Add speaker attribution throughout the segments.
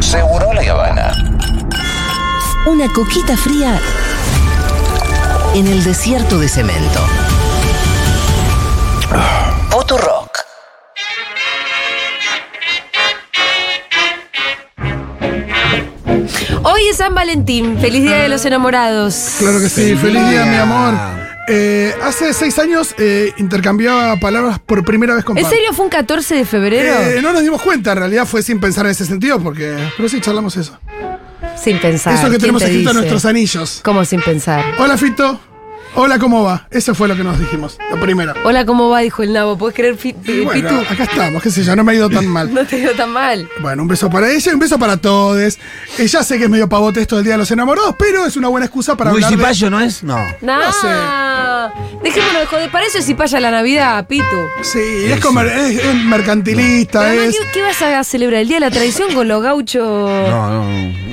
Speaker 1: Seguro la Habana.
Speaker 2: Una coquita fría en el desierto de cemento. Poto Rock.
Speaker 3: Hoy es San Valentín, feliz día de los enamorados.
Speaker 4: Claro que sí,
Speaker 5: Feliz
Speaker 4: feliz día,
Speaker 5: día.
Speaker 4: mi amor. Eh, hace seis años eh, intercambiaba palabras por primera vez con
Speaker 3: ¿En
Speaker 4: Pam.
Speaker 3: serio fue un 14 de febrero?
Speaker 4: Eh, no nos dimos cuenta, en realidad fue sin pensar en ese sentido, porque. Pero sí, charlamos eso.
Speaker 3: Sin pensar.
Speaker 4: eso que
Speaker 3: ¿quién
Speaker 4: tenemos
Speaker 3: te
Speaker 4: escrito en
Speaker 3: dice?
Speaker 4: nuestros anillos.
Speaker 3: ¿Cómo sin pensar?
Speaker 4: Hola, Fito. Hola, ¿cómo va? Eso fue lo que nos dijimos, la primera.
Speaker 3: Hola, ¿cómo va? Dijo el nabo. ¿Puedes creer, Fi-
Speaker 4: Y
Speaker 3: eh,
Speaker 4: bueno,
Speaker 3: Pitu?
Speaker 4: acá estamos, qué sé yo, no me ha ido tan mal.
Speaker 3: No te dio tan mal.
Speaker 4: Bueno, un beso para ella y un beso para todos. Eh, ya sé que es medio pavote esto del Día de los Enamorados, pero es una buena excusa para
Speaker 5: Muy
Speaker 4: hablar de-
Speaker 5: cipayo, ¿no es? No.
Speaker 3: Nah. Dejémonos de joder. Para eso si paya la Navidad, Pitu.
Speaker 4: Sí, es, comer- es- es mercantilista,
Speaker 3: Además,
Speaker 4: es...
Speaker 3: ¿qué, qué vas a celebrar? ¿El Día de la Tradición con los gauchos?
Speaker 5: No, no,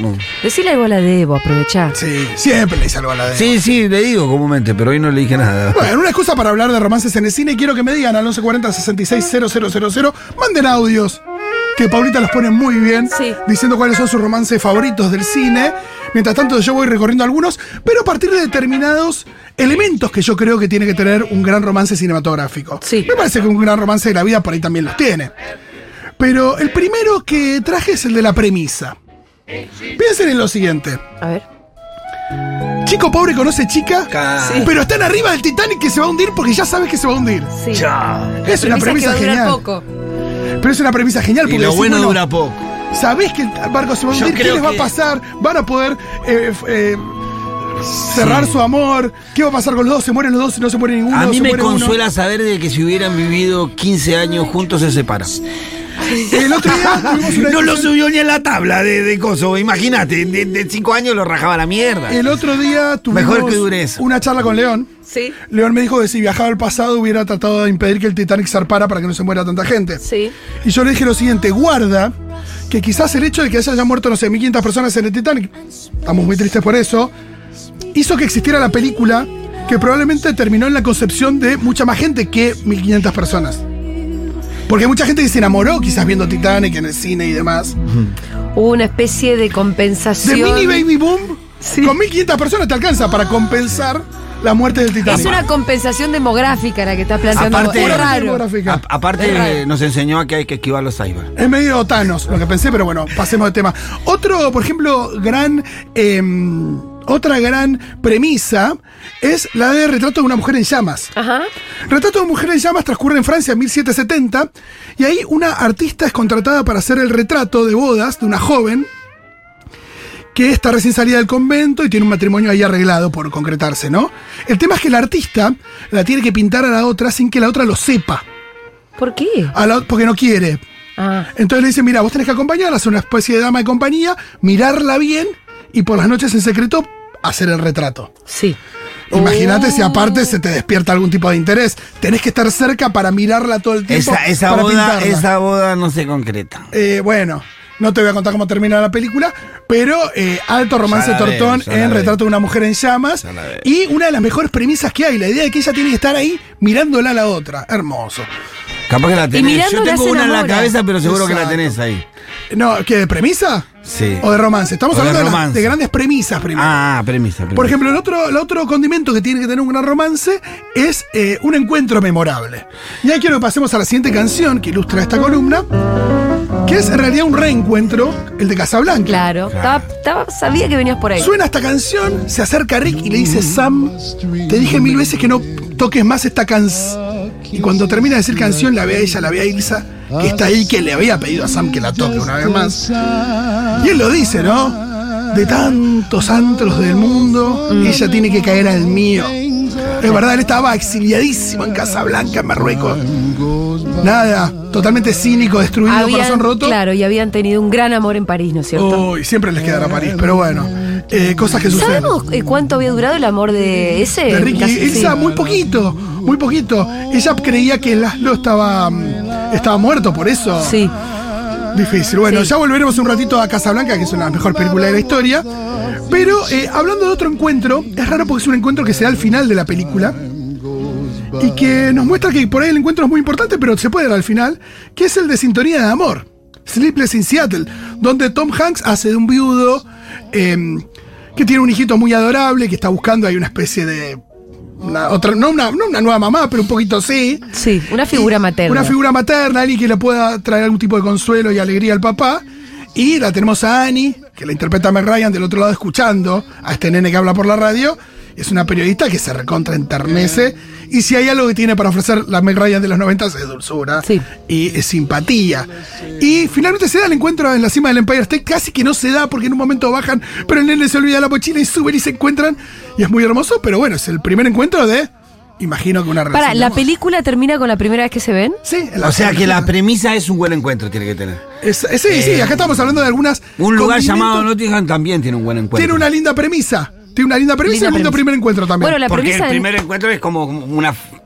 Speaker 5: no.
Speaker 3: Decirle algo a la Debo, aprovechá.
Speaker 4: Sí, siempre le hice algo a la de...
Speaker 5: Sí, sí, le digo comúnmente, pero hoy no le dije nada.
Speaker 4: Bueno, una excusa para hablar de romances en el cine. Quiero que me digan al 1140-660000. Manden audios. Que Paulita los pone muy bien.
Speaker 3: Sí.
Speaker 4: Diciendo cuáles son sus romances favoritos del cine. Mientras tanto, yo voy recorriendo algunos. Pero a partir de determinados elementos que yo creo que tiene que tener un gran romance cinematográfico.
Speaker 3: Sí.
Speaker 4: Me parece que un gran romance de la vida por ahí también los tiene. Pero el primero que traje es el de la premisa. Piensen en lo siguiente.
Speaker 3: A ver.
Speaker 4: Chico pobre conoce chica,
Speaker 5: Claro. Sí.
Speaker 4: pero están arriba del Titanic que se va a hundir porque ya sabes que se va a hundir.
Speaker 3: Sí.
Speaker 4: Es
Speaker 3: Premisa que
Speaker 4: una premisa
Speaker 3: va a durar
Speaker 4: genial.
Speaker 3: poco.
Speaker 4: Pero es una premisa genial
Speaker 5: Y
Speaker 4: porque
Speaker 5: lo
Speaker 4: decís,
Speaker 5: bueno dura poco.
Speaker 4: Sabés que el barco se va a
Speaker 5: Yo
Speaker 4: hundir, ¿qué
Speaker 5: creo
Speaker 4: les va a
Speaker 5: que-
Speaker 4: pasar? Van a poder eh, f- eh, cerrar su amor. ¿Qué va a pasar con los dos? ¿Se mueren los dos? ¿No se muere ninguno?
Speaker 5: A mí
Speaker 4: ¿Se
Speaker 5: me
Speaker 4: muere uno?
Speaker 5: consuela saber de que si hubieran vivido 15 años juntos se separan.
Speaker 4: El otro día tuvimos una
Speaker 5: No lo
Speaker 4: discusión-
Speaker 5: subió ni a la tabla de, de coso, imagínate, de, de cinco años lo rajaba la mierda.
Speaker 4: El otro día tuvimos
Speaker 5: Mejor que dure eso.
Speaker 4: una charla con León.
Speaker 3: Sí.
Speaker 4: León me dijo que si viajaba al pasado hubiera tratado de impedir que el Titanic zarpara para que no se muera tanta gente.
Speaker 3: Sí.
Speaker 4: Y yo le dije lo siguiente, guarda que quizás el hecho de que hayan muerto, no sé, 1500 personas en el Titanic, estamos muy tristes por eso, hizo que existiera la película que probablemente terminó en la concepción de mucha más gente que 1500 personas. Porque hay mucha gente que se enamoró quizás viendo Titanic en el cine y demás.
Speaker 3: Hubo una especie de
Speaker 4: De
Speaker 3: compensación.
Speaker 4: mini baby boom, con 1500 personas te alcanza para compensar la muerte del Titanic.
Speaker 3: Es una compensación demográfica la que estás planteando.
Speaker 5: Aparte-
Speaker 3: es raro.
Speaker 4: Demográfica.
Speaker 5: A- aparte
Speaker 3: Es raro.
Speaker 5: eh, nos enseñó a que hay que esquivar los cyber.
Speaker 4: Es medio Thanos lo que pensé, pero bueno, pasemos de tema. Otro, por ejemplo, gran. eh, otra gran premisa es la de retrato de una mujer en llamas.
Speaker 3: Ajá.
Speaker 4: Retrato de una mujer en llamas transcurre en Francia en 1770 y ahí una artista es contratada para hacer el retrato de bodas de una joven que está recién salida del convento y tiene un matrimonio ahí arreglado por concretarse, ¿no? El tema es que la artista la tiene que pintar a la otra sin que la otra lo sepa,
Speaker 3: ¿Por qué?
Speaker 4: a la- porque no quiere.
Speaker 3: Ah.
Speaker 4: Entonces le dicen, mira, vos tenés que acompañarla, hacer una especie de dama de compañía, mirarla bien y por las noches en secreto hacer el retrato.
Speaker 3: Sí.
Speaker 4: Imagínate si aparte se te despierta algún tipo de interés. Tenés que estar cerca para mirarla todo el tiempo.
Speaker 5: Esa, esa
Speaker 4: para
Speaker 5: boda,
Speaker 4: pintarla.
Speaker 5: esa boda no se concreta.
Speaker 4: Eh, bueno, no te voy a contar cómo termina la película, pero eh, alto romance
Speaker 5: Ya la veo,
Speaker 4: tortón
Speaker 5: ya la
Speaker 4: en
Speaker 5: veo.
Speaker 4: Retrato de una mujer en llamas.
Speaker 5: Ya la veo.
Speaker 4: Y una de las mejores premisas que hay, la idea de que ella tiene que estar ahí mirándola a la otra. Hermoso.
Speaker 5: Capaz que la tenés.
Speaker 3: mirándola
Speaker 5: Yo tengo
Speaker 3: se
Speaker 5: una en la
Speaker 3: enamora.
Speaker 5: cabeza, pero seguro que la
Speaker 4: Exacto.
Speaker 5: tenés ahí.
Speaker 4: No, ¿qué? ¿De premisa?
Speaker 5: Sí.
Speaker 4: ¿O de romance? Estamos
Speaker 5: O de
Speaker 4: hablando de, las-
Speaker 5: romance.
Speaker 4: de grandes premisas primero.
Speaker 5: Ah, premisa, premisa.
Speaker 4: Por ejemplo, el otro, el otro condimento que tiene que tener un gran romance es eh, un encuentro memorable. Y ahí quiero que pasemos a la siguiente canción que ilustra esta columna, que es en realidad un reencuentro, el de Casablanca.
Speaker 3: Claro. Estaba- estaba- sabía que venías por ahí.
Speaker 4: Suena esta canción, se acerca Rick y le dice, Sam, te dije mil veces que no toques más esta canción. Y cuando termina de decir canción, la ve a ella, la ve a Ilsa, que está ahí, que le había pedido a Sam que la toque una vez más. Y él lo dice, ¿no? De tantos antros del mundo,
Speaker 3: Mm.
Speaker 4: ella tiene que caer al mío. Es verdad, él estaba exiliadísimo en Casablanca, en Marruecos. Nada, totalmente cínico, destruido, corazón roto. Oh,
Speaker 3: Claro, y habían tenido un gran amor en París, ¿no es cierto?
Speaker 4: Uy, siempre les quedará París, pero bueno, eh, cosas que suceden.
Speaker 3: ¿Sabemos eh, cuánto había durado el amor de ese?
Speaker 4: de Ricky.
Speaker 3: Casi- sí.
Speaker 4: Elsa, muy poquito, muy poquito. Ella creía que Laszlo estaba, mm, estaba muerto, por eso.
Speaker 3: Sí.
Speaker 4: Ah, Difícil. Bueno,
Speaker 3: Sí.
Speaker 4: ya volveremos un ratito a Casablanca, que es una de las mejores películas de la historia. Pero eh, hablando de otro encuentro, es raro porque es un encuentro que se da al final de la película. Y que nos muestra que por ahí el encuentro es muy importante, pero se puede dar al final, que es el de Sintonía de Amor, Sleepless in Seattle, donde Tom Hanks hace de un viudo eh, que tiene un hijito muy adorable, que está buscando, hay una especie de... una otra, no, una, no una nueva mamá, pero un poquito sí.
Speaker 3: Sí, una figura materna.
Speaker 4: Una figura materna, alguien que le pueda traer algún tipo de consuelo y alegría al papá. Y la tenemos a Annie, que la interpreta a Meg Ryan del otro lado escuchando a este nene que habla por la radio. Es una periodista que se recontra enternece. Y si hay algo que tiene para ofrecer la Meg Ryan de los 90 es dulzura
Speaker 3: Sí.
Speaker 4: y es simpatía. Y finalmente se da el encuentro en la cima del Empire State. Casi que no se da porque en un momento bajan, pero el nene se olvida la mochila y suben y se encuentran. Y es muy hermoso, pero bueno, es el primer encuentro de. Imagino que una relación.
Speaker 3: Para,
Speaker 4: de
Speaker 3: ¿la
Speaker 4: amor.
Speaker 3: película termina con la primera vez que se ven?
Speaker 4: Sí,
Speaker 5: O sea que la premisa es un buen encuentro, tiene que tener.
Speaker 4: es- es- sí, sí, acá estamos hablando de algunas.
Speaker 5: Eh, Un lugar
Speaker 4: condimentos-
Speaker 5: llamado Nottingham también tiene un buen encuentro.
Speaker 4: Tiene una linda premisa. Tiene una linda premisa y
Speaker 3: Linda
Speaker 4: un lindo
Speaker 3: premisa.
Speaker 4: primer encuentro también.
Speaker 3: Bueno, la
Speaker 5: Porque
Speaker 3: premisa
Speaker 5: el
Speaker 3: de-
Speaker 5: primer encuentro es como una. f-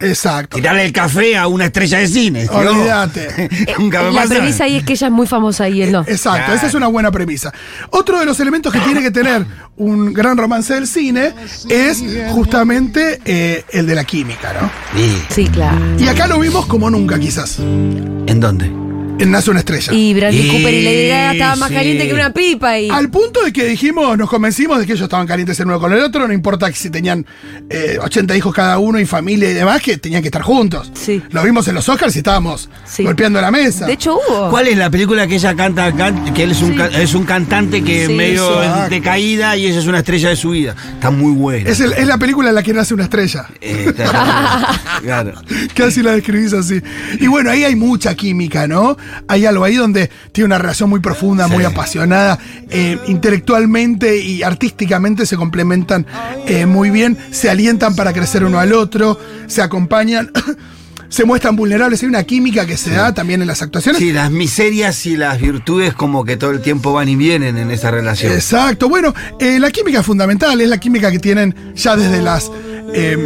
Speaker 4: Exacto.
Speaker 5: Tirarle el café a una estrella de cine. ¿no?
Speaker 4: Olvídate.
Speaker 5: Nunca me
Speaker 3: la
Speaker 5: pasa.
Speaker 3: premisa ahí es que ella es muy famosa y él no.
Speaker 4: Exacto, esa es una buena premisa. Otro de los elementos que tiene que tener un gran romance del cine es justamente eh, el de la química, ¿no?
Speaker 5: Sí.
Speaker 3: Sí, claro.
Speaker 4: Y acá lo vimos como nunca, quizás.
Speaker 5: ¿En dónde?
Speaker 4: En Nace una estrella.
Speaker 3: Y Bradley Cooper y Lady Gaga
Speaker 5: Y-
Speaker 3: estaban más
Speaker 5: sí.
Speaker 3: caliente que una pipa y...
Speaker 4: Al punto de que dijimos, nos convencimos de que ellos estaban calientes el uno con el otro, no importa que si tenían eh, 80 hijos cada uno y familia y demás, que tenían que estar juntos.
Speaker 3: Sí.
Speaker 4: Lo vimos en los Oscars y estábamos
Speaker 3: Sí.
Speaker 4: golpeando la mesa.
Speaker 3: De hecho hubo.
Speaker 5: ¿Cuál es la película que ella canta? can- que él es un, ca- es un cantante que
Speaker 3: Sí.
Speaker 5: medio
Speaker 4: Exacto.
Speaker 5: es de caída y ella es una estrella de su vida. Está muy buena.
Speaker 4: es, el- es la película en la que nace una estrella.
Speaker 5: Eh, está- está- claro.
Speaker 4: Casi la describís así. Y bueno, ahí hay mucha química, ¿no? Hay algo ahí donde tiene una relación muy profunda, muy apasionada. eh, intelectualmente y artísticamente se complementan eh, muy bien. Se alientan para crecer uno al otro. Se acompañan. se muestran vulnerables. Hay una química que se da también en las actuaciones.
Speaker 5: Sí, las miserias y las virtudes como que todo el tiempo van y vienen en esa relación.
Speaker 4: Exacto. Bueno, eh, la química es fundamental, es la química que tienen ya desde las eh,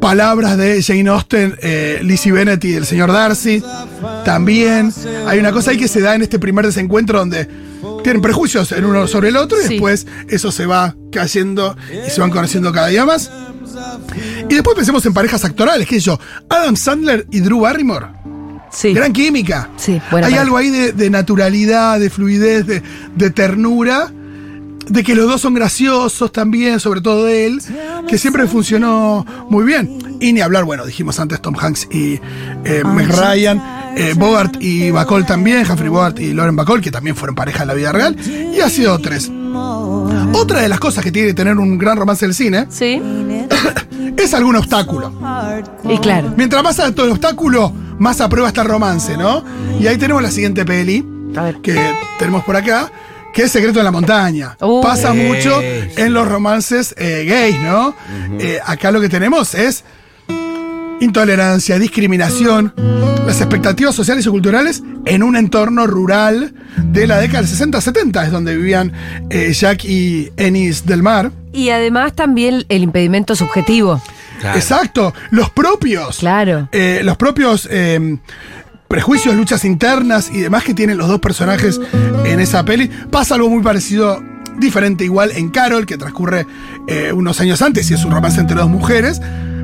Speaker 4: palabras de Jane Austen, eh, Lizzie Bennett y el señor Darcy. También hay una cosa ahí que se da en este primer desencuentro donde tienen prejuicios el uno sobre el otro y
Speaker 3: Sí.
Speaker 4: después eso se va cayendo y se van conociendo cada día más. Y después pensemos en parejas actorales, qué sé yo, Adam Sandler y Drew Barrymore.
Speaker 3: Sí.
Speaker 4: Gran química.
Speaker 3: Sí, buena
Speaker 4: Hay
Speaker 3: pareja.
Speaker 4: algo ahí de, de naturalidad, de fluidez, de, de ternura, de que los dos son graciosos también, sobre todo de él, que siempre funcionó muy bien. Y ni hablar, bueno, dijimos antes Tom Hanks y eh, Meg Ryan, eh, Bogart y Bacol también, Humphrey Bogart y Lauren Bacol, que también fueron pareja en la vida real, y ha sido tres. Otra de las cosas que tiene que tener un gran romance del cine
Speaker 3: Sí.
Speaker 4: es algún obstáculo.
Speaker 3: Y claro.
Speaker 4: Mientras más alto el obstáculo, más a prueba está el romance, ¿no? Y ahí tenemos la siguiente peli
Speaker 3: A ver.
Speaker 4: que tenemos por acá, que es Secreto en la Montaña.
Speaker 3: Uh.
Speaker 4: Pasa
Speaker 5: Sí,
Speaker 4: mucho
Speaker 5: sí.
Speaker 4: en los romances eh, gays, ¿no? Eh, acá lo que tenemos es intolerancia, discriminación, las expectativas sociales y culturales en un entorno rural de la década del 60-70, es donde vivían eh, Jack y Ennis del Mar.
Speaker 3: Y además también el impedimento subjetivo.
Speaker 5: Claro.
Speaker 4: Exacto, los propios.
Speaker 3: Claro.
Speaker 4: eh, los propios eh, prejuicios, luchas internas y demás que tienen los dos personajes en esa peli. Pasa algo muy parecido, diferente igual en Carol, que transcurre eh, unos años antes y es un romance entre dos mujeres.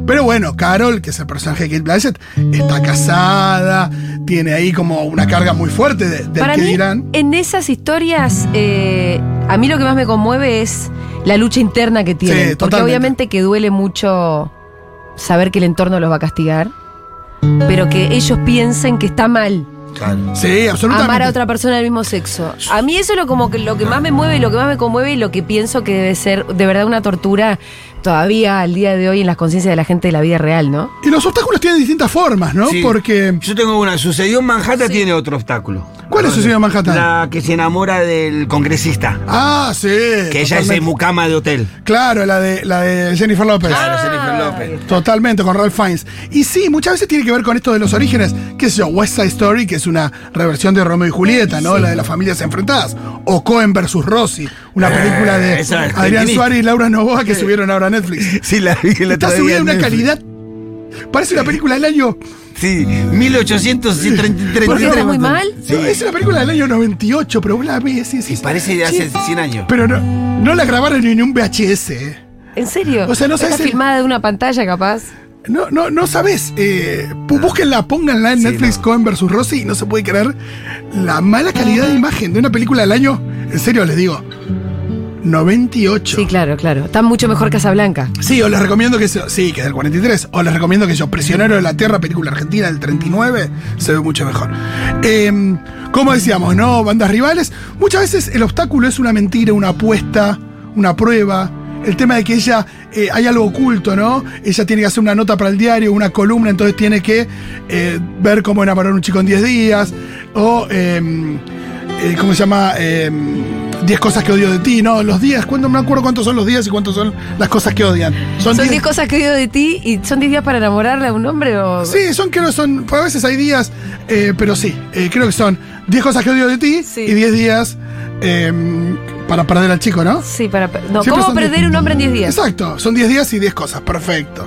Speaker 4: Pero bueno, Carol, que es el personaje de Kate Blanchett, está casada, tiene ahí como una carga muy fuerte de, Eh, del
Speaker 3: Para
Speaker 4: que
Speaker 3: mí,
Speaker 4: dirán.
Speaker 3: en esas historias, eh, a mí lo que más me conmueve es la lucha interna que tienen. porque
Speaker 4: totalmente.
Speaker 3: obviamente que duele mucho saber que el entorno los va a castigar, pero que ellos piensen que está mal
Speaker 5: Claro.
Speaker 4: Sí, absolutamente.
Speaker 3: amar a otra persona del mismo sexo. A mí eso es lo, como que, lo que más me mueve, lo que más me conmueve y lo que pienso que debe ser de verdad una tortura todavía al día de hoy en las conciencias de la gente de la vida real, ¿no?
Speaker 4: Y los obstáculos tienen distintas formas, ¿no?
Speaker 5: Sí.
Speaker 4: Porque
Speaker 5: Yo tengo una. Sucedió en Manhattan, tiene otro obstáculo.
Speaker 4: ¿Cuál es Sucedió en Manhattan?
Speaker 5: La que se enamora del congresista.
Speaker 4: Ah, sí.
Speaker 5: Que ella es de
Speaker 4: totalmente.
Speaker 5: mucama de hotel.
Speaker 4: Claro, la de, la de Jennifer López.
Speaker 3: Ah.
Speaker 5: Jennifer López.
Speaker 4: Totalmente, con Ralph Fiennes. Y sí, muchas veces tiene que ver con esto de los orígenes. ¿Qué sé yo? West Side Story, que es una reversión de Romeo y Julieta, ¿no? La de las familias enfrentadas. O Cohen versus Rossi, una película de
Speaker 5: Eh, esa es
Speaker 4: Adrián
Speaker 5: feminista.
Speaker 4: Suárez y Laura Novoa que subieron ahora a Netflix.
Speaker 5: Sí, la vi la
Speaker 4: Está
Speaker 5: otra
Speaker 4: subida
Speaker 5: día
Speaker 4: de
Speaker 5: en
Speaker 4: una
Speaker 5: Netflix.
Speaker 4: calidad. Parece una película del año.
Speaker 5: Sí, 1833.
Speaker 3: ¿Por qué está muy mal?
Speaker 5: Sí.
Speaker 4: No, es una película del año 98, pero una vez.
Speaker 5: Y parece de hace 100 años.
Speaker 4: Pero no, no la grabaron ni en un VHS. eh.
Speaker 3: ¿En serio?
Speaker 4: O sea, no
Speaker 3: Está
Speaker 4: sabes el-
Speaker 3: filmada de una pantalla capaz.
Speaker 4: No, no, no sabes. Eh, pu- búsquenla, pónganla en
Speaker 5: Ah. Sí,
Speaker 4: Netflix
Speaker 5: no.
Speaker 4: Cohen versus Rossi y no se puede creer la mala calidad de imagen de una película del año. En serio, les digo. 98.
Speaker 3: Sí, claro, claro. Está mucho mejor Casablanca.
Speaker 4: Sí, os les recomiendo que se- sí, que es del 43, o les recomiendo que yo, Prisionero de la Tierra, película argentina del 39, se ve mucho mejor. Eh, como decíamos, ¿no? Bandas rivales. Muchas veces el obstáculo es una mentira, una apuesta, una prueba. El tema de que ella eh, hay algo oculto, ¿no? Ella tiene que hacer una nota para el diario, una columna, entonces tiene que eh, ver cómo enamorar a un chico en 10 días. O em, eh, ¿cómo se llama? Eh, 10 cosas que odio de ti, ¿no? Los días, ¿cuándo no me acuerdo cuántos son los días y cuántos son las cosas que odian? Son
Speaker 3: Son
Speaker 4: 10
Speaker 3: 10 cosas que digo de ti y son 10 días para enamorarle a un hombre o.
Speaker 4: Sí, son que no son. A veces hay días, eh, pero sí, eh, creo que son 10 cosas que odio de ti
Speaker 3: Sí.
Speaker 4: y 10 días eh, para perder al chico, ¿no?
Speaker 3: Sí, para. No,
Speaker 4: Siempre
Speaker 3: ¿cómo
Speaker 4: son
Speaker 3: perder
Speaker 4: 10.
Speaker 3: un hombre en 10 días?
Speaker 4: Exacto, son 10 días y 10 cosas, perfecto.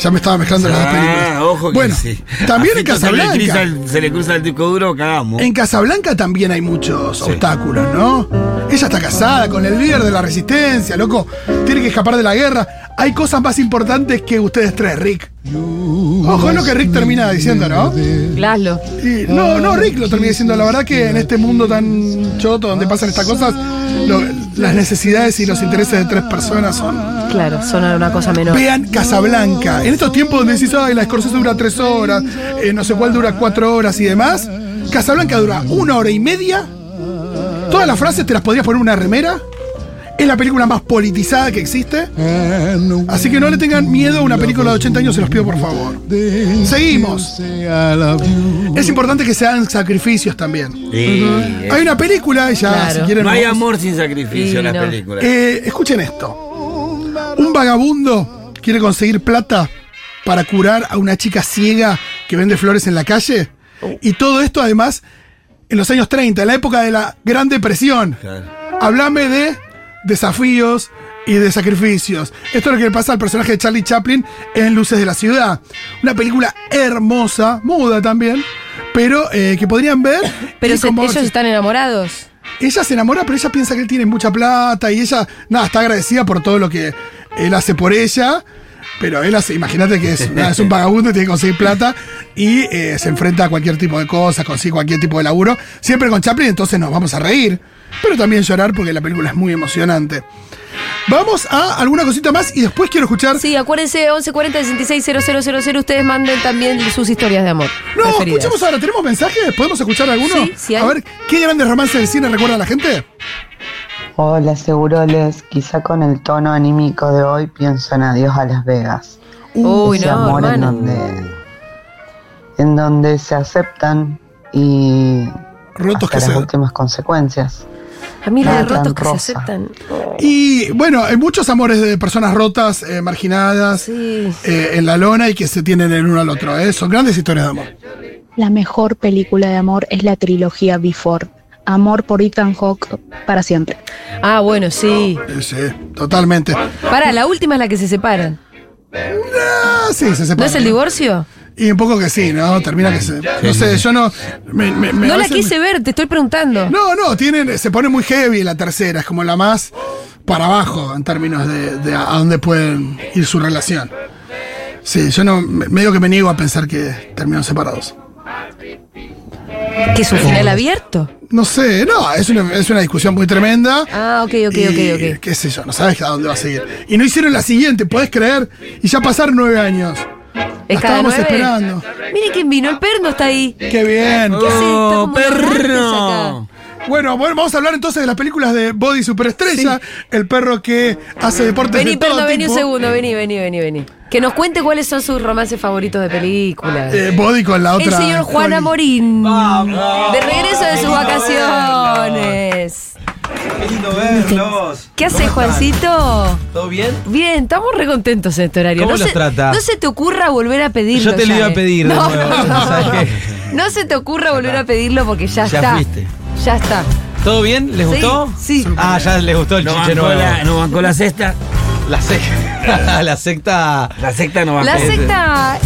Speaker 4: Ya me estaba mezclando las dos películas.
Speaker 5: Ah, ojo que
Speaker 4: bueno,
Speaker 5: sí.
Speaker 4: también
Speaker 5: A
Speaker 4: en
Speaker 5: Fito se le
Speaker 4: Casablanca.
Speaker 5: cruza el- Se le cruza el disco duro, cagamos.
Speaker 4: En Casablanca también hay muchos
Speaker 5: Sí.
Speaker 4: obstáculos, ¿no? Ella está casada con el líder de la resistencia, loco. Tiene que escapar de la guerra. Hay cosas más importantes que ustedes tres, Rick. Ojo es lo que Rick termina diciendo, ¿no?
Speaker 3: Laszlo.
Speaker 4: Y- no, no, Rick lo termina diciendo. La verdad que en este mundo tan choto donde pasan estas cosas, lo- las necesidades y los intereses de tres personas son...
Speaker 3: Claro, son una cosa menor.
Speaker 4: Vean Casablanca. En estos tiempos donde decís, ay, la Scorsese dura tres horas, eh, no sé cuál dura cuatro horas y demás, Casablanca dura una hora y media. Todas las frases te las podrías poner en una remera. Es la película más politizada que existe. Así que no le tengan miedo a una película de 80 años, se los pido por favor. Seguimos. Es importante que se hagan sacrificios también.
Speaker 5: Sí, eh.
Speaker 4: Hay una película, y ya
Speaker 3: Claro.
Speaker 4: si quieren.
Speaker 5: No hay
Speaker 4: vamos-
Speaker 5: amor sin sacrificio en
Speaker 3: Sí,
Speaker 5: las
Speaker 3: no.
Speaker 5: películas.
Speaker 4: Eh, escuchen esto. Un vagabundo quiere conseguir plata para curar a una chica ciega que vende flores en la calle. Y todo esto además en los años 30, en la época de la Gran Depresión.
Speaker 5: Claro.
Speaker 4: Háblame de desafíos y de sacrificios. Esto es lo que le pasa al personaje de Charlie Chaplin en Luces de la Ciudad. Una película hermosa, muda también, pero eh, que podrían ver.
Speaker 3: Pero
Speaker 4: y
Speaker 3: se- ellos
Speaker 4: conmoverse.
Speaker 3: están enamorados.
Speaker 4: Ella se enamora, pero ella piensa que él tiene mucha plata y ella, nada, está agradecida por todo lo que él hace por ella. Pero él hace, imagínate que es, nada, es un vagabundo, tiene que conseguir plata y eh, se enfrenta a cualquier tipo de cosas, consigue cualquier tipo de laburo. Siempre con Chaplin, entonces nos vamos a reír, pero también llorar porque la película es muy emocionante. Vamos a alguna cosita más y después quiero escuchar.
Speaker 3: Sí, acuérdense, 1140 000 ustedes manden también sus historias de amor.
Speaker 4: no,
Speaker 3: preferidas.
Speaker 4: escuchemos ahora, ¿tenemos mensajes? ¿Podemos escuchar alguno?
Speaker 3: Sí, sí hay.
Speaker 4: A ver, ¿qué grandes romances del cine recuerda a la gente?
Speaker 1: Hola, seguroles. Quizá con el tono anímico de hoy pienso en Adiós a Las Vegas.
Speaker 3: Uy,
Speaker 1: Ese
Speaker 3: no,
Speaker 1: amor en
Speaker 3: hermano.
Speaker 1: donde, en donde se aceptan y
Speaker 4: Rotos
Speaker 1: hasta
Speaker 4: que
Speaker 1: las
Speaker 4: se.
Speaker 1: últimas consecuencias.
Speaker 3: A mí la de
Speaker 1: Nada tan
Speaker 3: rotos que se
Speaker 1: rosa.
Speaker 3: aceptan.
Speaker 4: Y bueno, hay muchos amores de personas rotas, eh, marginadas,
Speaker 3: Sí.
Speaker 4: eh, en la lona y que se tienen el uno al otro. ¿eh? Son grandes historias de amor.
Speaker 6: La mejor película de amor es la trilogía Before. Amor por Ethan Hawke para siempre.
Speaker 3: Ah, bueno, sí.
Speaker 4: Eh, Sí, totalmente.
Speaker 3: Para, la última es la que se separan.
Speaker 4: Ah, sí, se
Speaker 3: ¿No
Speaker 4: separan.
Speaker 3: es el divorcio?
Speaker 4: Y un poco que sí, ¿no? Termina que se. No sé, yo no. me- me- me-
Speaker 3: No
Speaker 4: a
Speaker 3: la
Speaker 4: veces
Speaker 3: quise
Speaker 4: me-
Speaker 3: ver, te estoy preguntando.
Speaker 4: No, no, tienen, se pone muy heavy la tercera, es como la más para abajo en términos de, de a a dónde pueden ir su relación. Sí, yo no, me- medio que me niego a pensar que terminan separados.
Speaker 3: Que es un final abierto.
Speaker 4: No sé, no, es una, es una discusión muy tremenda.
Speaker 3: Ah, ok, ok,
Speaker 4: Y,
Speaker 3: ok, ok.
Speaker 4: Qué sé yo, no sabes a dónde va a seguir. Y no hicieron la siguiente, podés creer, y ya pasaron nueve años. La
Speaker 3: Es cada
Speaker 4: estábamos
Speaker 3: nueve.
Speaker 4: esperando.
Speaker 3: Miren quién vino, el perno está ahí.
Speaker 4: Qué bien.
Speaker 3: ¿Qué hace? Está
Speaker 5: ¡Oh,
Speaker 3: como
Speaker 5: perro!
Speaker 4: Bueno, bueno, vamos a hablar entonces de las películas de Body Superestrella, el perro que hace deportes
Speaker 3: Vení,
Speaker 4: de todo
Speaker 3: perno, vení un
Speaker 4: tipo.
Speaker 3: segundo, vení, vení, vení, vení. Que nos cuente cuáles son sus romances favoritos de películas.
Speaker 4: Eh, Body con la
Speaker 3: El
Speaker 4: otra.
Speaker 3: señor Juana
Speaker 4: Holly.
Speaker 3: Morín. De regreso de sus vacaciones.
Speaker 7: Qué lindo verlos.
Speaker 3: ¿Qué hace
Speaker 7: ¿Cómo están?
Speaker 3: Juancito?
Speaker 7: ¿Todo bien?
Speaker 3: Bien, estamos recontentos en este horario.
Speaker 7: ¿Cómo
Speaker 3: no
Speaker 7: los
Speaker 3: se,
Speaker 7: trata?
Speaker 3: No se te ocurra volver a pedirlo.
Speaker 7: Yo te lo
Speaker 3: ya,
Speaker 7: iba a
Speaker 3: eh.
Speaker 7: pedir de
Speaker 3: No,
Speaker 7: nuevo,
Speaker 3: no, no.
Speaker 7: ¿sabes qué?
Speaker 3: No se te ocurra volver a pedirlo porque ya,
Speaker 7: Ya
Speaker 3: está.
Speaker 7: fuiste.
Speaker 3: Ya está.
Speaker 7: ¿Todo bien? ¿Les
Speaker 3: Sí,
Speaker 7: gustó?
Speaker 3: sí.
Speaker 7: Ah, ya les gustó el
Speaker 5: No
Speaker 7: chiche
Speaker 5: bancó,
Speaker 7: nuevo.
Speaker 5: la, no bancó la sexta.
Speaker 7: La secta. la secta.
Speaker 5: La secta no bancó.
Speaker 3: La secta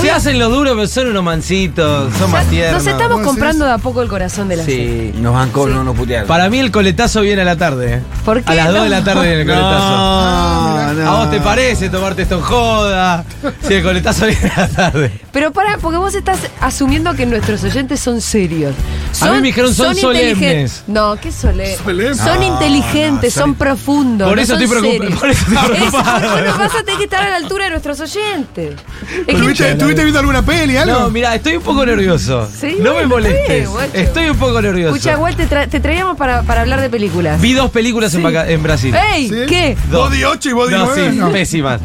Speaker 7: Se hacen los duros, pero son unos mancitos, son más tiernos.
Speaker 3: Nos estamos
Speaker 4: ¿Vos
Speaker 3: comprando
Speaker 4: decís?
Speaker 3: de a poco el corazón de la gente.
Speaker 5: Sí, nos bancó, no nos putearon.
Speaker 7: Para mí el coletazo viene a la tarde. ¿eh?
Speaker 3: ¿Por qué
Speaker 7: A las 2
Speaker 3: no?
Speaker 7: de la tarde viene el coletazo.
Speaker 4: Ah,
Speaker 5: No, no.
Speaker 7: ¿A vos te parece tomarte esto en joda? Sí, el coletazo viene a la tarde.
Speaker 3: Pero para, porque vos estás asumiendo que nuestros oyentes son serios.
Speaker 7: A mí me dijeron son
Speaker 3: inteligen-
Speaker 7: solemnes. Ah,
Speaker 3: No, qué solemnes.
Speaker 4: Solemnes.
Speaker 3: Son inteligentes,
Speaker 5: no,
Speaker 3: son
Speaker 5: solemnes.
Speaker 3: profundos.
Speaker 7: Por
Speaker 3: no
Speaker 7: eso
Speaker 3: son
Speaker 7: estoy preocup-
Speaker 3: serios.
Speaker 7: por eso estoy preocupado.
Speaker 3: Eso, bueno, vas a tener que estar a la altura de nuestros oyentes. Es que-
Speaker 4: ¿Estuviste, estuviste viendo alguna peli, algo?
Speaker 7: No, mira, estoy un poco nervioso.
Speaker 3: Sí,
Speaker 7: no me
Speaker 3: bueno,
Speaker 7: molestes.
Speaker 3: está bien, guacho.
Speaker 7: estoy un poco nervioso.
Speaker 3: Escucha, igual te, tra- te traíamos para, para hablar de películas.
Speaker 7: Vi dos películas en, vaca- en Brasil.
Speaker 3: ¡Ey!
Speaker 4: ¿Sí?
Speaker 3: ¿Qué?
Speaker 7: Dos.
Speaker 4: Body 8 y Body
Speaker 7: No,
Speaker 4: 9.
Speaker 7: sí,
Speaker 4: No.
Speaker 7: pésimas.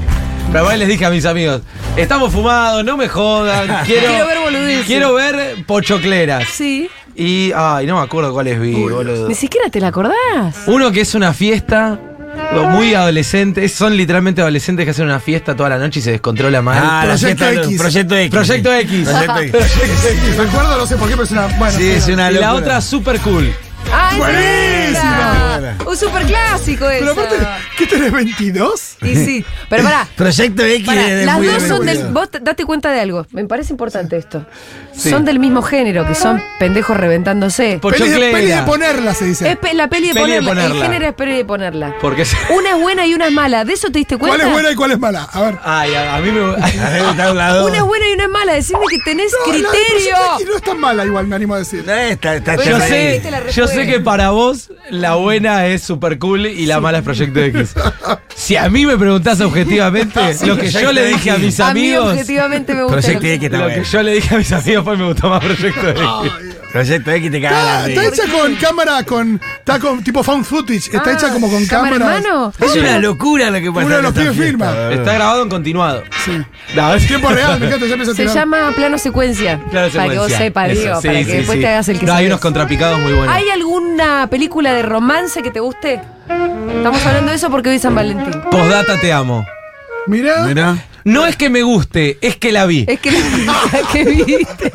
Speaker 7: Pero igual les dije a mis amigos, estamos fumados, no me jodan, quiero,
Speaker 3: Quiero ver boludeces.
Speaker 7: quiero ver pochocleras.
Speaker 3: Sí.
Speaker 7: Y, ay, no me acuerdo cuáles vi, boludo.
Speaker 3: Ni siquiera te la acordás.
Speaker 7: Uno que es una fiesta, lo muy adolescente, es- son literalmente adolescentes que hacen una fiesta toda la noche y se descontrola mal.
Speaker 5: Ah, la
Speaker 4: Proyecto
Speaker 5: fiesta-
Speaker 4: X.
Speaker 5: Proyecto X.
Speaker 7: Proyecto X.
Speaker 5: Proyecto X.
Speaker 4: Recuerdo, no sé por qué, pero es una. Bueno,
Speaker 5: Sí, es una
Speaker 7: y la
Speaker 5: locura.
Speaker 7: otra super cool.
Speaker 3: ¡Ah, es
Speaker 4: Buenísima.
Speaker 3: era! Un superclásico eso.
Speaker 4: Pero aparte, ¿qué tenés, 22?
Speaker 3: Y sí. Pero pará.
Speaker 5: Proyecto X
Speaker 3: Pará,
Speaker 5: de- de-
Speaker 3: las
Speaker 5: muy
Speaker 3: dos
Speaker 5: de-
Speaker 3: son
Speaker 5: muy
Speaker 3: del.
Speaker 5: de-
Speaker 3: Vos te- date cuenta de algo. Me parece importante esto. Son del mismo género, que son pendejos reventándose.
Speaker 4: Peli de,
Speaker 7: Pochoclera.
Speaker 4: peli de ponerla, se dice.
Speaker 3: Es pe- la peli de,
Speaker 7: Peli de
Speaker 3: ponerla.
Speaker 7: ponerla.
Speaker 3: El género es peli de ponerla.
Speaker 7: Porque se-
Speaker 3: Una es buena y una es mala. ¿De eso te diste cuenta?
Speaker 4: ¿Cuál es buena y cuál es mala? A ver.
Speaker 7: Ay, a, a mí me...
Speaker 5: Están las dos.
Speaker 3: Una es buena y una es mala. Decime que tenés
Speaker 4: No, la de
Speaker 3: criterio.
Speaker 4: Proyecto X no es tan mala, igual, me animo a decir.
Speaker 5: Eh, Está, está
Speaker 3: Pero
Speaker 7: Yo
Speaker 5: terrible.
Speaker 3: sí.
Speaker 7: sé,
Speaker 3: Viste la
Speaker 7: yo
Speaker 3: respuesta.
Speaker 7: sé que para vos la buena es super cool y la mala es Proyecto X. Si a mí me preguntás objetivamente, lo que yo
Speaker 5: Proyecto
Speaker 7: le
Speaker 5: X.
Speaker 7: dije a mis
Speaker 3: a mí
Speaker 7: amigos,
Speaker 3: objetivamente me gusta.
Speaker 5: Proyecto
Speaker 3: lo-
Speaker 5: X está
Speaker 7: lo que
Speaker 5: bueno.
Speaker 7: yo le dije a mis amigos fue me gustó más Proyecto X.
Speaker 5: Proyecto X te
Speaker 4: Ah,
Speaker 5: cagas.
Speaker 4: está hecha con cámara, con. Está con tipo found footage. Está
Speaker 3: Ah,
Speaker 4: hecha como con
Speaker 3: cámara
Speaker 4: cámara.
Speaker 3: en mano.
Speaker 5: Es una locura lo que pasa.
Speaker 4: Uno de
Speaker 5: en
Speaker 4: los
Speaker 5: esta
Speaker 4: pibes
Speaker 5: fiesta,
Speaker 4: firma.
Speaker 5: boludo.
Speaker 7: Está grabado en continuado.
Speaker 4: Sí.
Speaker 7: No, es
Speaker 4: Tiempo real, me encanta, ya empiezo a
Speaker 3: Se
Speaker 4: tirar.
Speaker 3: llama plano secuencia. para
Speaker 7: Claro,
Speaker 3: que vos
Speaker 7: secuencia.
Speaker 3: sepas,
Speaker 7: Eso,
Speaker 3: digo,
Speaker 7: sí,
Speaker 3: para que
Speaker 7: sí,
Speaker 3: después
Speaker 7: sí.
Speaker 3: te hagas el que
Speaker 7: No, hay
Speaker 3: sabes.
Speaker 7: unos contrapicados muy buenos.
Speaker 3: ¿Hay alguna película de romance que te guste? Estamos hablando de eso porque hoy es San Valentín.
Speaker 7: Postdata te amo.
Speaker 4: Mirá.
Speaker 5: Mirá.
Speaker 7: No es que me guste, es que la vi.
Speaker 3: Es que la que viste.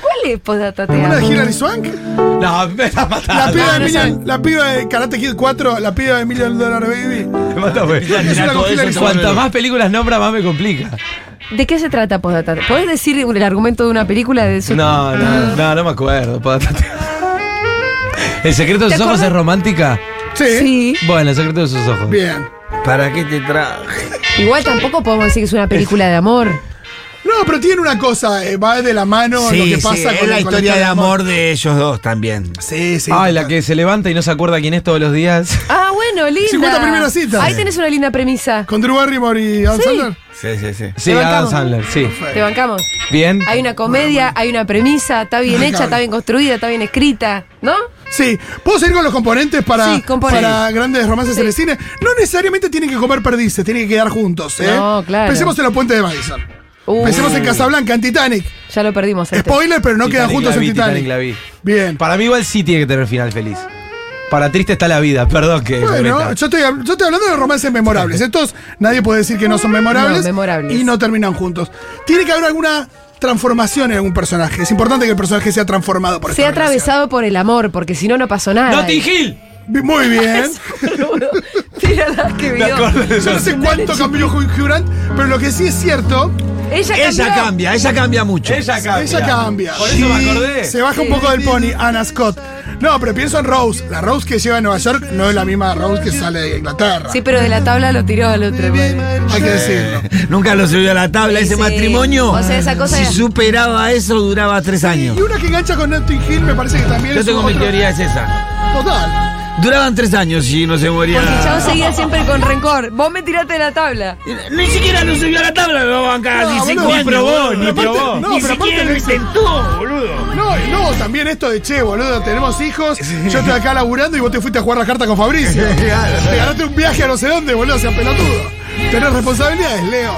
Speaker 3: ¿Cuál es Postdata Te
Speaker 4: Una de
Speaker 3: Amo?
Speaker 4: Hilary Swank.
Speaker 7: No, me estás
Speaker 4: La
Speaker 7: matando.
Speaker 4: piba de Million, la piba de Karate Kid 4, la piba de Million Dollar Baby.
Speaker 7: Me mata, güey.
Speaker 4: Es una con Hilary Swank.
Speaker 7: Cuantas más películas nombra, más me complica.
Speaker 3: ¿De qué se trata Postdata? ¿Podés decir el argumento de una película de eso?
Speaker 7: No, no, no, no me acuerdo. Podata te amo. ¿El secreto de
Speaker 3: ¿Te
Speaker 7: sus ojos
Speaker 3: acordás?
Speaker 7: es romántica?
Speaker 4: Sí.
Speaker 3: Sí.
Speaker 7: Bueno, el secreto de sus ojos.
Speaker 4: Bien.
Speaker 5: ¿Para qué te traje?
Speaker 7: ¿Eh?
Speaker 3: Igual tampoco podemos decir que es una película de amor.
Speaker 4: No, pero tiene una cosa, eh, va de la mano lo que pasa
Speaker 5: es
Speaker 4: con
Speaker 5: la
Speaker 4: con
Speaker 5: historia de amor de ellos dos también.
Speaker 4: Sí, sí.
Speaker 7: Ay, la que se levanta y no se acuerda quién es todos los días.
Speaker 3: Ah, bueno, linda.
Speaker 4: 50 primeras citas.
Speaker 3: Ahí tenés una linda premisa.
Speaker 4: Con Drew Barrymore y Adam
Speaker 3: Sí.
Speaker 4: Sandler.
Speaker 5: Sí, sí, sí.
Speaker 7: Sí, Adam
Speaker 3: Levantamos.
Speaker 7: Sandler, sí.
Speaker 3: Te bancamos.
Speaker 7: Bien.
Speaker 3: Hay una comedia, hay una premisa, está bien hecha, está bien construida, está bien escrita, ¿no?
Speaker 4: Sí, ¿puedo seguir con los componentes para,
Speaker 3: Sí, componentes.
Speaker 4: para grandes romances en el cine? No necesariamente tienen que comer perdices, tienen que quedar juntos, ¿eh?
Speaker 3: No, claro.
Speaker 4: Pensemos en la puente de Madison.
Speaker 3: Uh,
Speaker 4: Pensemos en Casablanca, en Titanic.
Speaker 3: Ya lo perdimos. este.
Speaker 4: Spoiler, pero no quedan
Speaker 7: Titanic
Speaker 4: juntos
Speaker 7: la vi,
Speaker 4: en Titanic.
Speaker 7: la vi.
Speaker 4: Bien.
Speaker 7: Para mí igual sí tiene que tener final feliz. Para triste está la vida, perdón que...
Speaker 4: Bueno,
Speaker 7: meta.
Speaker 4: yo estoy, yo estoy hablando de romances memorables. Estos nadie puede decir que no son memorables,
Speaker 3: Ah, No, memorables.
Speaker 4: y no terminan juntos. Tiene que haber alguna transformación en algún personaje. Es importante que el personaje sea transformado por
Speaker 3: Se ha
Speaker 4: esta relación.
Speaker 3: atravesado por el amor, porque si no, no pasó nada.
Speaker 7: ¡Notting Hill!
Speaker 4: Bi- Muy bien.
Speaker 3: Tira la que
Speaker 7: Me
Speaker 3: vio.
Speaker 7: acuerdo de
Speaker 4: Yo no
Speaker 7: eso.
Speaker 4: sé cuánto cambió Hugh Grant, pero lo que sí es cierto,
Speaker 3: Ella cambió.
Speaker 5: Ella cambia, ella cambia mucho.
Speaker 7: Ella cambia.
Speaker 4: ella cambia.
Speaker 7: Por eso me acordé.
Speaker 4: Se baja un poco del pony, Anna Scott. No, pero pienso en Rose. La Rose que lleva a Nueva York no es la misma Rose que sale de Inglaterra.
Speaker 3: Sí, pero de la tabla lo tiró al otro. bueno.
Speaker 4: Hay que decirlo.
Speaker 5: Nunca lo subió a la tabla
Speaker 3: Sí,
Speaker 5: ese
Speaker 3: sí.
Speaker 5: matrimonio.
Speaker 3: O sea, esa cosa
Speaker 5: Si
Speaker 3: de-
Speaker 5: superaba eso, duraba tres años.
Speaker 4: Y una que engancha con Notting Hill me parece que también
Speaker 5: Yo
Speaker 4: es
Speaker 5: tengo mi
Speaker 4: otro-
Speaker 5: teoría, es esa.
Speaker 4: Total.
Speaker 5: Duraban tres años y no se moría.
Speaker 3: Porque Chao seguía siempre con rencor. Vos me tiraste de la tabla.
Speaker 5: Ni siquiera lo subió a la tabla, lo banca
Speaker 4: No,
Speaker 5: así cinco
Speaker 4: boludo.
Speaker 5: años.
Speaker 7: probó, ni
Speaker 4: Pero aparte-
Speaker 7: probó.
Speaker 4: No,
Speaker 5: Ni
Speaker 4: pero aparte
Speaker 5: siquiera lo
Speaker 4: no hizo-
Speaker 5: intentó, boludo.
Speaker 4: No, y luego también esto de che, boludo, tenemos hijos, yo estoy acá laburando y vos te fuiste a jugar la carta con Fabricio. te ganaste un viaje a no sé dónde, boludo, sea pelotudo. Tenés responsabilidades, Leo.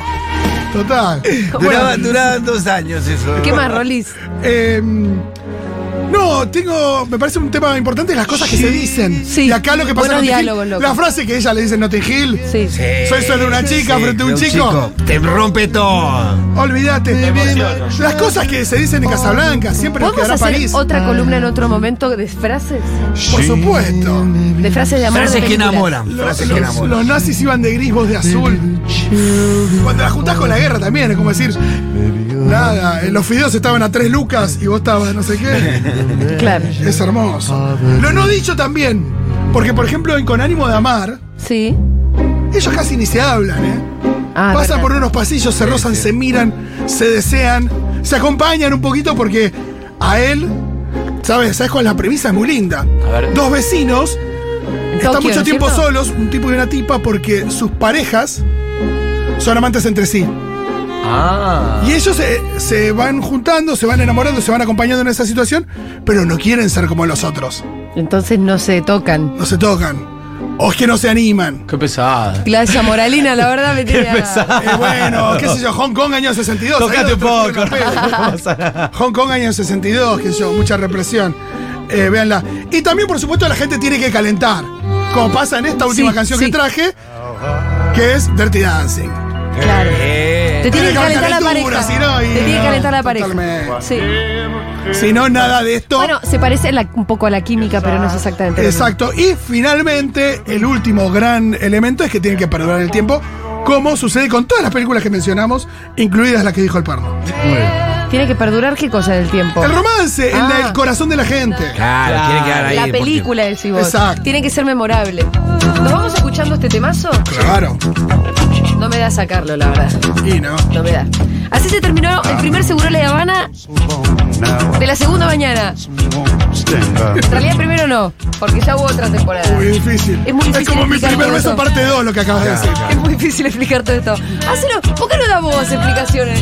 Speaker 4: Total.
Speaker 5: Duraba- duraban dos años eso.
Speaker 3: ¿Qué más, Rolis?
Speaker 4: Em, No, tengo. Me parece un tema importante las cosas que se dicen.
Speaker 3: Sí.
Speaker 4: Y acá lo que pasa
Speaker 3: Buenos
Speaker 4: en Notting Hill,
Speaker 3: diálogos, loco.
Speaker 4: La frase que ella le dice en Notting Hill.
Speaker 3: Sí.
Speaker 5: Eh,
Speaker 4: Soy solo una chica frente a un chico.
Speaker 5: Te rompe todo.
Speaker 4: Olvídate. Las cosas que se dicen en Casablanca, siempre nos
Speaker 3: ¿Podemos
Speaker 4: quedará
Speaker 3: hacer
Speaker 4: París. Ah.
Speaker 3: otra columna en otro momento de frases?
Speaker 4: Por supuesto.
Speaker 3: De frases de amor. de
Speaker 5: Frases que
Speaker 3: películas.
Speaker 5: enamoran.
Speaker 4: Los,
Speaker 5: Frases que
Speaker 4: los-
Speaker 5: enamoran.
Speaker 4: los nazis iban de gris, vos de azul. Cuando la juntás con la guerra también, es como decir, nada, eh, los fideos estaban a tres lucas y vos estabas no sé qué.
Speaker 3: Claro.
Speaker 4: Es hermoso. Lo no dicho también, porque por ejemplo en Con ánimo de amar,
Speaker 3: Sí.
Speaker 4: ellos casi ni se hablan, ¿eh?
Speaker 3: Ah,
Speaker 4: Pasan
Speaker 3: verdad.
Speaker 4: por unos pasillos, se rozan, se miran, se desean, se acompañan un poquito porque a él, ¿sabes? ¿Sabes cuál es la premisa? Es muy linda.
Speaker 7: ver.
Speaker 4: Dos vecinos
Speaker 3: En
Speaker 4: Están
Speaker 3: Tokio,
Speaker 4: mucho
Speaker 3: ¿no es
Speaker 4: tiempo
Speaker 3: cierto?
Speaker 4: solos, un tipo y una tipa, porque sus parejas son amantes entre sí.
Speaker 7: Ah.
Speaker 4: Y ellos se, se van juntando, se van enamorando, se van acompañando en esa situación, pero no quieren ser como los otros.
Speaker 3: Entonces no se tocan.
Speaker 4: No se tocan. O es que no se animan.
Speaker 7: Qué pesada.
Speaker 3: Clase moralina, la verdad, me tiene. a-
Speaker 4: Eh, bueno, qué sé yo, Hong Kong año 62. ahí
Speaker 7: Tocate un
Speaker 4: otro
Speaker 7: poco.
Speaker 4: tipo de papel. Hong Kong año 62, qué sé yo, mucha represión. Eh, véanla. Y también, por supuesto, la gente tiene que calentar. Como pasa en esta última
Speaker 3: Sí,
Speaker 4: canción
Speaker 3: sí.
Speaker 4: que traje, que es Dirty Dancing.
Speaker 3: Claro. Te tiene que
Speaker 4: haber
Speaker 3: calentar la
Speaker 4: calentura,
Speaker 3: pareja.
Speaker 4: si no, y-
Speaker 3: Te tiene que calentar la pareja.
Speaker 4: Totalmente.
Speaker 3: Sí.
Speaker 4: Si no, nada de esto.
Speaker 3: Bueno, se parece la- un poco a la química, pero no es exactamente. lo mismo.
Speaker 4: Exacto. Y finalmente, el último gran elemento es que tienen que perdurar en el tiempo, como sucede con todas las películas que mencionamos, incluidas las que dijo el perno.
Speaker 3: Tiene que perdurar qué cosa del tiempo.
Speaker 4: El romance, el-
Speaker 3: Ah.
Speaker 4: el, corazón de la gente.
Speaker 5: Claro, quiere quedar ahí.
Speaker 3: La
Speaker 5: porque-
Speaker 3: película del Cibor.
Speaker 4: Exacto.
Speaker 3: Tiene que ser memorable. ¿Nos vamos escuchando este temazo?
Speaker 4: Claro.
Speaker 3: No me da sacarlo, la verdad.
Speaker 4: Y no.
Speaker 3: No me da. Así se terminó el primer seguro de la Habana de la segunda mañana. En realidad primero no, porque ya hubo otra temporada.
Speaker 4: Muy difícil.
Speaker 3: Es muy difícil
Speaker 4: como mi
Speaker 3: explicar
Speaker 4: primer
Speaker 3: todo
Speaker 4: beso
Speaker 3: eso.
Speaker 4: parte 2 lo que acabas de decir.
Speaker 3: Es muy difícil explicar todo esto. Hacelo, ¿por qué no da vos explicaciones?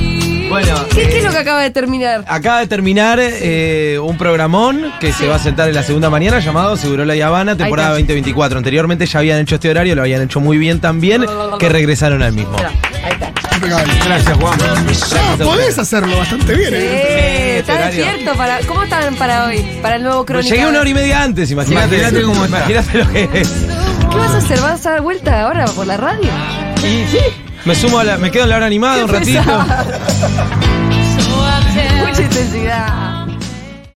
Speaker 7: Bueno,
Speaker 3: ¿Qué,
Speaker 7: eh,
Speaker 3: qué es lo que acaba de terminar?
Speaker 7: Acaba de terminar eh, un programón que se va a sentar en la segunda mañana llamado Seguro La Habana, temporada
Speaker 3: Ahí
Speaker 7: 2024. Anteriormente ya habían hecho este horario, lo habían hecho muy bien también, que regresaron al mismo.
Speaker 3: Espera, Ahí está.
Speaker 4: Impecable.
Speaker 5: Gracias, Juan.
Speaker 4: Ya, podés hacerlo bastante bien. ¿eh?
Speaker 3: Eh,
Speaker 7: este
Speaker 3: está
Speaker 7: horario.
Speaker 3: despierto para. ¿Cómo están para hoy? Para el nuevo crónica.
Speaker 7: Pues Llegué una hora y media antes, imagínate.
Speaker 5: Imagínate cómo está.
Speaker 7: Imagínate lo que es.
Speaker 3: ¿Qué vas a hacer? ¿Vas a dar vuelta ahora por la radio?
Speaker 7: Y sí, me sumo a la, me quedo en la hora animada un ratito.
Speaker 3: Mucha intensidad.